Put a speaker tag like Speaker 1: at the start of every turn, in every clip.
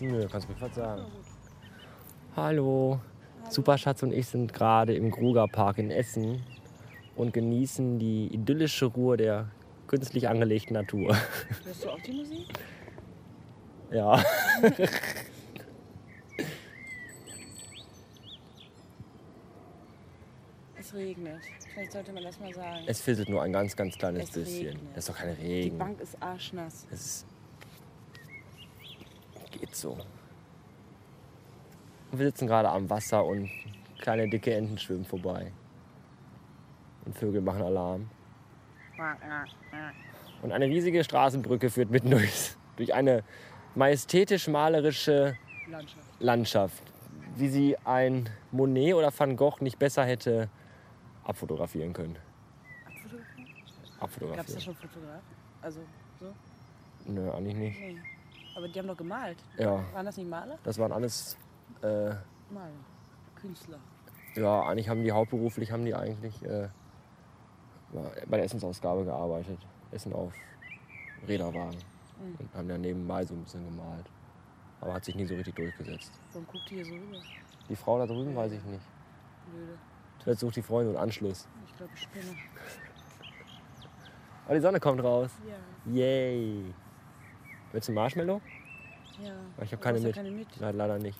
Speaker 1: Nö, kannst mich was sagen.
Speaker 2: Hallo. Superschatz und ich sind gerade im Gruger Park in Essen und genießen die idyllische Ruhe der künstlich angelegten Natur.
Speaker 3: Hörst du auch die Musik?
Speaker 2: Ja.
Speaker 3: Es regnet. Vielleicht sollte man das mal sagen.
Speaker 2: Es fizzelt nur ein ganz, ganz kleines
Speaker 3: Es
Speaker 2: bisschen.
Speaker 3: regnet.
Speaker 2: Das ist doch kein
Speaker 3: die
Speaker 2: Regen.
Speaker 3: Bank ist arschnass.
Speaker 2: Es ist geht so. Und wir sitzen gerade am Wasser und kleine dicke Enten schwimmen vorbei. Und Vögel machen Alarm. Und eine riesige Straßenbrücke führt mitten durchs, durch eine majestätisch-malerische
Speaker 3: Landschaft.
Speaker 2: Landschaft, wie sie ein Monet oder Van Gogh nicht besser hätte abfotografieren können.
Speaker 3: Abfotografieren? Gab es da
Speaker 2: Abfotografieren.
Speaker 3: schon Fotografen? Also, so?
Speaker 2: Nö, eigentlich nicht.
Speaker 3: Nee. Aber die haben doch gemalt.
Speaker 2: Ja,
Speaker 3: Waren das nicht Maler?
Speaker 2: das waren alles. Äh,
Speaker 3: Maler. Künstler.
Speaker 2: ja, eigentlich haben die hauptberuflich haben die eigentlich äh, bei der Essensausgabe gearbeitet. Essen auf Räderwagen. Und haben dann nebenbei so ein bisschen gemalt. Aber hat sich nie so richtig durchgesetzt.
Speaker 3: Warum guckt ihr hier so rüber?
Speaker 2: Die Frau da drüben weiß ich nicht.
Speaker 3: Blöde.
Speaker 2: Jetzt sucht die Freundin und Anschluss.
Speaker 3: Ich glaube, ich spinne.
Speaker 2: Aber die Sonne kommt raus.
Speaker 3: Ja.
Speaker 2: Yay! Willst du ein Marshmallow?
Speaker 3: Ja.
Speaker 2: Aber ich hab
Speaker 3: Du
Speaker 2: keine
Speaker 3: hast ja
Speaker 2: mit.
Speaker 3: keine mit.
Speaker 2: Nein, leider nicht.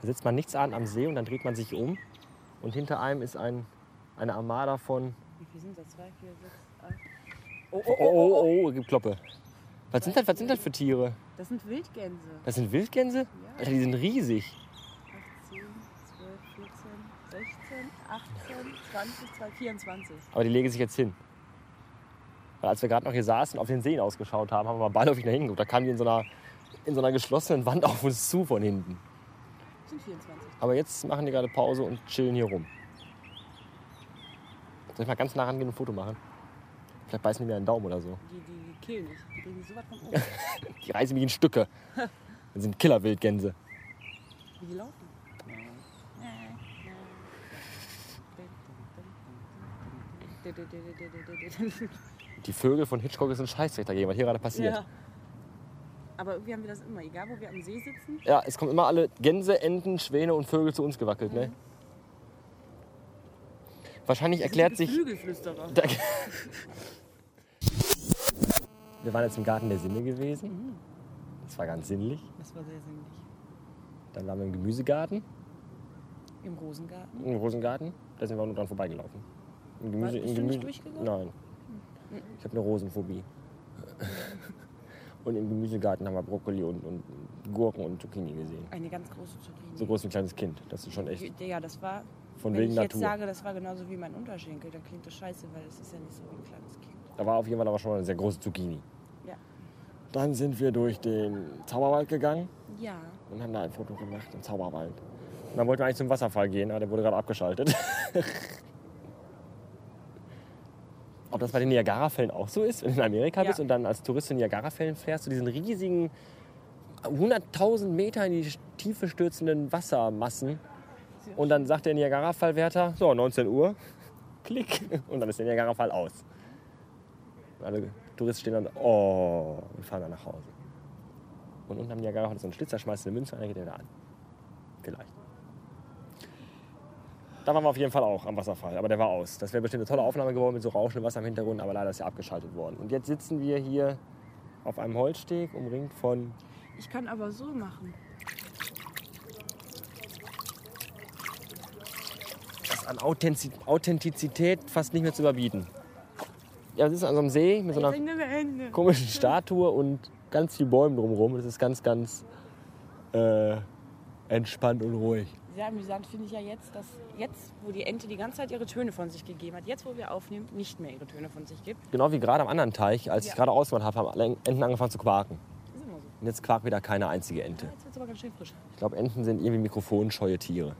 Speaker 2: Da sitzt man nichts an am See und dann dreht man sich um und hinter einem ist ein, eine Armada von.
Speaker 3: Wie viel sind das? Zwei, vier, sechs, acht.
Speaker 2: Oh, oh, oh, oh, gibt Kloppe. Was sind, das, was sind das für Tiere?
Speaker 3: Das sind Wildgänse.
Speaker 2: Das sind Wildgänse?
Speaker 3: Ja.
Speaker 2: Alter, die sind riesig.
Speaker 3: 18, 12, 14, 16, 18, 20, 2, 24.
Speaker 2: Aber die legen sich jetzt hin. Weil als wir gerade noch hier saßen und auf den Seen ausgeschaut haben, haben wir mal beiläufig nach hinten geguckt. Da kamen die in so, einer, in so einer geschlossenen Wand auf uns zu von hinten.
Speaker 3: Das sind 24.
Speaker 2: Aber jetzt machen die gerade Pause und chillen hier rum. Soll ich mal ganz nah rangehen und ein Foto machen? Vielleicht beißen die mir einen Daumen oder so.
Speaker 3: Die, die killen nicht. Die bringen so was von um. oben.
Speaker 2: Die reißen mich in Stücke. Das sind Killerwildgänse.
Speaker 3: Wie die laufen.
Speaker 2: Die Vögel von Hitchcock ist ein Scheißrecht dagegen, was hier gerade passiert.
Speaker 3: Ja. Aber irgendwie haben wir das immer. Egal, wo wir am See sitzen,
Speaker 2: Ja. es kommen immer alle Gänse, Enten, Schwäne und Vögel zu uns gewackelt, ne? Wahrscheinlich erklärt sich.
Speaker 3: Flügelflüsterer.
Speaker 2: Da- Wir waren jetzt im Garten der Sinne gewesen. Das war ganz sinnlich.
Speaker 3: Das war sehr sinnlich.
Speaker 2: Dann waren wir im Gemüsegarten.
Speaker 3: Im Rosengarten.
Speaker 2: im Rosengarten. Da sind wir auch nur dran vorbeigelaufen. Im Gemüse,
Speaker 3: Bist
Speaker 2: im
Speaker 3: du
Speaker 2: Gemüse.
Speaker 3: nicht durchgegangen?
Speaker 2: Nein. Ich habe eine Rosenphobie. und im Gemüsegarten haben wir Brokkoli und, und Gurken und Zucchini gesehen.
Speaker 3: Eine ganz große Zucchini.
Speaker 2: So groß wie ein kleines Kind. Das ist schon echt
Speaker 3: Ja, das war.
Speaker 2: von
Speaker 3: Wenn
Speaker 2: wegen
Speaker 3: ich jetzt
Speaker 2: Natur.
Speaker 3: sage, das war genauso wie mein Unterschenkel, dann klingt das scheiße, weil es ist ja nicht so wie ein kleines Kind.
Speaker 2: Da war auf jeden Fall aber schon mal eine sehr große Zucchini.
Speaker 3: Ja.
Speaker 2: Dann sind wir durch den Zauberwald gegangen
Speaker 3: Ja.
Speaker 2: und haben da ein Foto gemacht im Zauberwald. Und dann wollten wir eigentlich zum Wasserfall gehen, aber der wurde gerade abgeschaltet. Ob das bei den Niagarafällen auch so ist, wenn du in Amerika
Speaker 3: Ja.
Speaker 2: bist und dann als Tourist zu Niagarafällen fährst, zu diesen riesigen 100.000 Meter in die Tiefe stürzenden Wassermassen. Und dann sagt der Niagarafallwärter, so 19 Uhr, klick, und dann ist der Niagarafall aus. Und alle Touristen stehen dann, oh, und fahren dann nach Hause. Und unten am Niagarafall ist so ein Schlitzer, schmeißt eine Münze und dann geht er wieder an. Vielleicht. Da waren wir auf jeden Fall auch am Wasserfall, aber der war aus. Das wäre bestimmt eine tolle Aufnahme geworden mit so rauschendem Wasser im Hintergrund, aber leider ist er abgeschaltet worden. Und jetzt sitzen wir hier auf einem Holzsteg, umringt von.
Speaker 3: Ich kann aber so machen.
Speaker 2: Das ist an Authentiz Authentizität fast nicht mehr zu überbieten. Ja, wir sitzen an so einem See mit so einer komischen Statue und ganz viel Bäumen drumherum. Das ist ganz, ganz äh, entspannt und ruhig.
Speaker 3: Sehr amüsant finde ich ja jetzt, dass jetzt, wo die Ente die ganze Zeit ihre Töne von sich gegeben hat, jetzt, wo wir aufnehmen, nicht mehr ihre Töne von sich gibt.
Speaker 2: Genau wie gerade am anderen Teich, als ich
Speaker 3: Ja.
Speaker 2: gerade ausgemacht habe, haben alle Enten angefangen zu quaken.
Speaker 3: Ist immer so.
Speaker 2: Und jetzt quakt wieder keine einzige Ente.
Speaker 3: Jetzt wird es aber ganz schön frisch.
Speaker 2: Ich glaube, Enten sind irgendwie mikrofonscheue Tiere.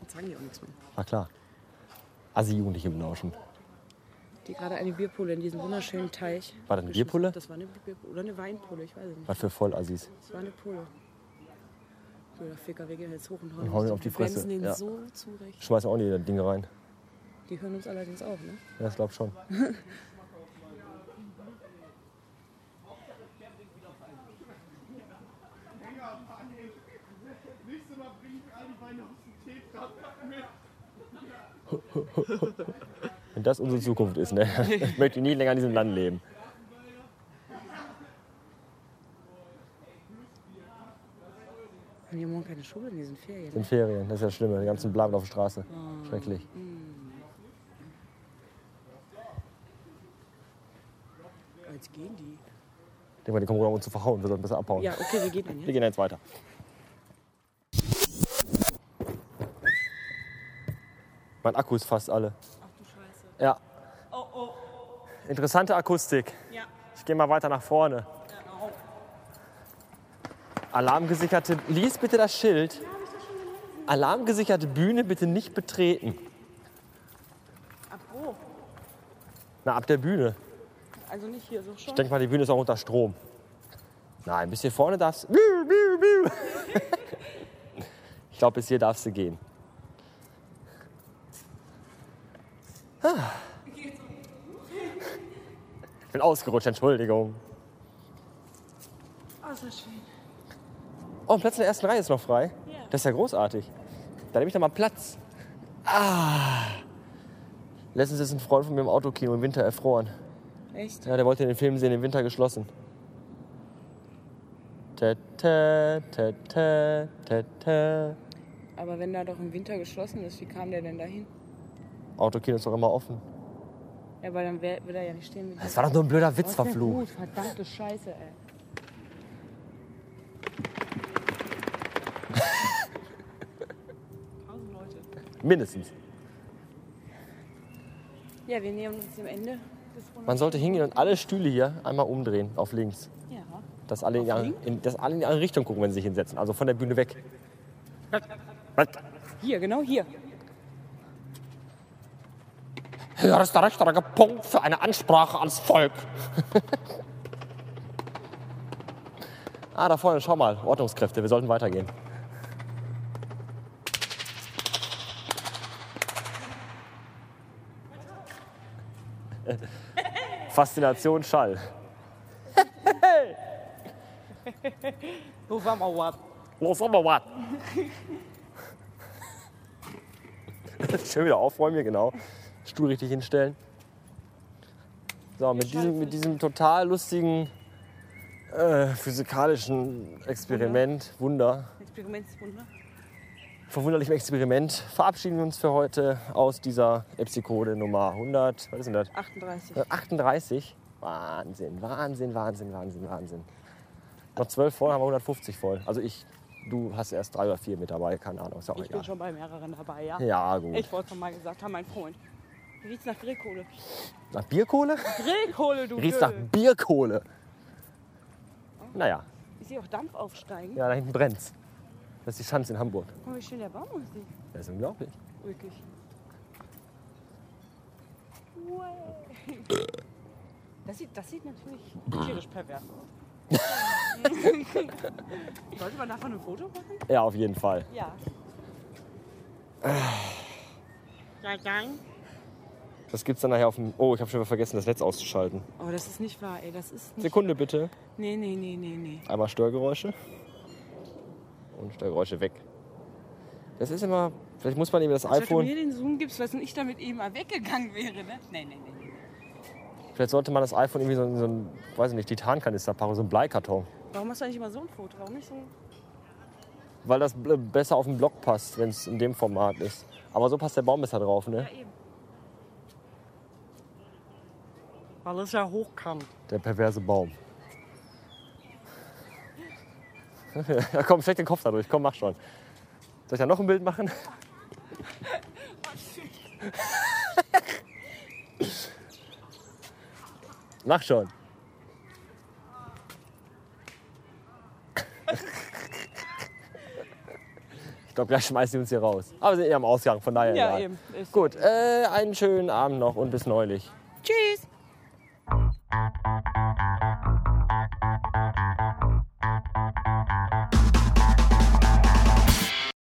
Speaker 3: Jetzt sagen die auch nichts mehr.
Speaker 2: Na klar. Assi-Jugendliche belauschen.
Speaker 3: Die gerade eine Bierpulle in diesem wunderschönen Teich.
Speaker 2: War das eine
Speaker 3: geschossen.
Speaker 2: Bierpulle?
Speaker 3: Das war eine Bierpulle oder eine Weinpulle, ich weiß es nicht.
Speaker 2: Was für Vollassis.
Speaker 3: Das war eine Pulle. Blöder Ficker, wir gehen jetzt hoch und hauen,
Speaker 2: Und hauen
Speaker 3: uns
Speaker 2: ihn auf die Fresse,
Speaker 3: Wir bremsen den
Speaker 2: ja.
Speaker 3: so zurecht.
Speaker 2: Schmeißen auch nicht das Ding rein.
Speaker 3: Die hören uns allerdings auch, ne?
Speaker 2: Ja, ich glaube schon. Wenn das unsere Zukunft ist, ne? Ich möchte nie länger in diesem Land leben.
Speaker 3: Haben die morgen keine Schule in diesen Ferien?
Speaker 2: In Ferien, das ist ja schlimm, die ganzen Blaben auf der Straße. Ah. Schrecklich.
Speaker 3: Jetzt gehen die.
Speaker 2: Denk mal, die kommen runter, um uns zu verhauen. Wir sollten besser abhauen.
Speaker 3: Ja, okay, wir gehen dann
Speaker 2: Wir
Speaker 3: jetzt.
Speaker 2: gehen jetzt weiter. Mein Akku ist fast alle.
Speaker 3: Ach du Scheiße.
Speaker 2: Ja,
Speaker 3: Oh, oh.
Speaker 2: interessante Akustik.
Speaker 3: Ja.
Speaker 2: Ich gehe mal weiter nach vorne. Alarmgesicherte. Lies bitte das Schild. Alarmgesicherte Bühne bitte nicht betreten.
Speaker 3: Ab wo?
Speaker 2: Na, ab der Bühne.
Speaker 3: Oh, Also nicht hier, so schon.
Speaker 2: Ich denke mal, die Bühne ist auch unter Strom. Nein, bis hier vorne darfst Miu, miu, miu. Ich glaube, bis hier darfst du gehen. Ah. Ich bin ausgerutscht, Entschuldigung.
Speaker 3: Ah, ist das schön.
Speaker 2: Oh, ein Platz in der ersten Reihe ist noch frei.
Speaker 3: Ja.
Speaker 2: Das ist ja großartig. Da nehme ich doch mal Platz. Ah. Letztens ist ein Freund von mir im Autokino im Winter erfroren.
Speaker 3: Echt?
Speaker 2: Ja, der wollte den Film sehen, im Winter geschlossen. Tä, tä, tä, tä, tä, tä.
Speaker 3: Aber wenn da doch im Winter geschlossen ist, wie kam der denn dahin?
Speaker 2: Autokino ist doch immer offen.
Speaker 3: Ja, weil dann wär, will er ja nicht stehen. Mit
Speaker 2: Das war doch nur ein blöder Witz,
Speaker 3: Aus der
Speaker 2: verflucht.
Speaker 3: Hut, Verdammte Scheiße, ey. Tausend Leute.
Speaker 2: Mindestens.
Speaker 3: Ja, wir nähern uns dem Ende des
Speaker 2: Man sollte hingehen und alle Stühle hier einmal umdrehen, auf links.
Speaker 3: Ja.
Speaker 2: Dass alle, in, die- in, dass alle in die andere Richtung gucken, wenn sie sich hinsetzen. Also von der Bühne weg. Was?
Speaker 3: Hier, genau hier.
Speaker 2: Ja, das ist der richtige Punkt für eine Ansprache ans Volk. ah, da vorne, schau mal. Ordnungskräfte, wir sollten weitergehen. Faszination Schall.
Speaker 3: Wo war Mauer?
Speaker 2: Los, aber was? Schön wieder aufräumen hier, genau. Stuhl richtig hinstellen. So, mit diesem, mit diesem total lustigen äh, physikalischen Experiment, Wunder,
Speaker 3: Experiment ist Wunder.
Speaker 2: verwunderlichem Experiment, verabschieden wir uns für heute aus dieser Epsikode Nummer 100. Was ist denn das?
Speaker 3: 38.
Speaker 2: 38. Wahnsinn, Wahnsinn, Wahnsinn, Wahnsinn, Wahnsinn. Noch 12 voll, haben wir 150 voll. Also ich, du hast erst drei oder vier mit dabei, keine Ahnung, ist ja auch
Speaker 3: Ich bin
Speaker 2: egal.
Speaker 3: schon bei mehreren dabei, ja.
Speaker 2: Ja, gut.
Speaker 3: Ich wollte schon mal gesagt haben, mein Freund. Riecht's nach Grillkohle.
Speaker 2: Nach Bierkohle?
Speaker 3: Grillkohle, du
Speaker 2: Riecht nach
Speaker 3: Dödel.
Speaker 2: Bierkohle. Naja,
Speaker 3: Ich sehe auch Dampf aufsteigen.
Speaker 2: ja, da hinten brennt's. Das ist die Schanze in Hamburg.
Speaker 3: Guck mal, wie schön der Baum aussieht.
Speaker 2: Das ist unglaublich.
Speaker 3: Wirklich. Das sieht, das sieht natürlich tierisch pervers aus. Sollte man davon ein Foto machen?
Speaker 2: Ja, auf jeden Fall.
Speaker 3: Ja. Ja, gang.
Speaker 2: Das gibt's dann nachher auf dem... Oh, ich habe schon wieder vergessen, das Netz auszuschalten.
Speaker 3: Oh, das ist nicht wahr, ey. Das ist nicht.
Speaker 2: Sekunde bitte.
Speaker 3: Nee, nee, nee, nee, nee.
Speaker 2: Einmal Störgeräusche. Und Störgeräusche weg. Das ist immer... Vielleicht muss man eben das
Speaker 3: Statt du
Speaker 2: iPhone...
Speaker 3: mir den Zoom gibst, was denn ich damit eben mal weggegangen wäre, ne? Nee, nee, nee. nee.
Speaker 2: Vielleicht sollte man das iPhone irgendwie so in so einen, weiß ich nicht, Titankanister packen, so einen Bleikarton.
Speaker 3: Warum machst du eigentlich immer so ein Foto? Warum nicht so ein.
Speaker 2: Weil das bl- besser auf den Block passt, wenn es in dem Format ist. Aber so passt der Baum besser drauf, ne?
Speaker 3: Ja, eben. Weil es ja hochkant.
Speaker 2: Der perverse Baum. ja, komm, steck den Kopf da durch. Komm, mach schon. Soll ich da noch ein Bild machen? mach schon. Ich glaube, gleich schmeißen die uns hier raus. Aber wir sind eh am Ausgang, von daher.
Speaker 3: Ja,
Speaker 2: egal.
Speaker 3: eben. Ist
Speaker 2: Gut, äh, einen schönen Abend noch und bis neulich.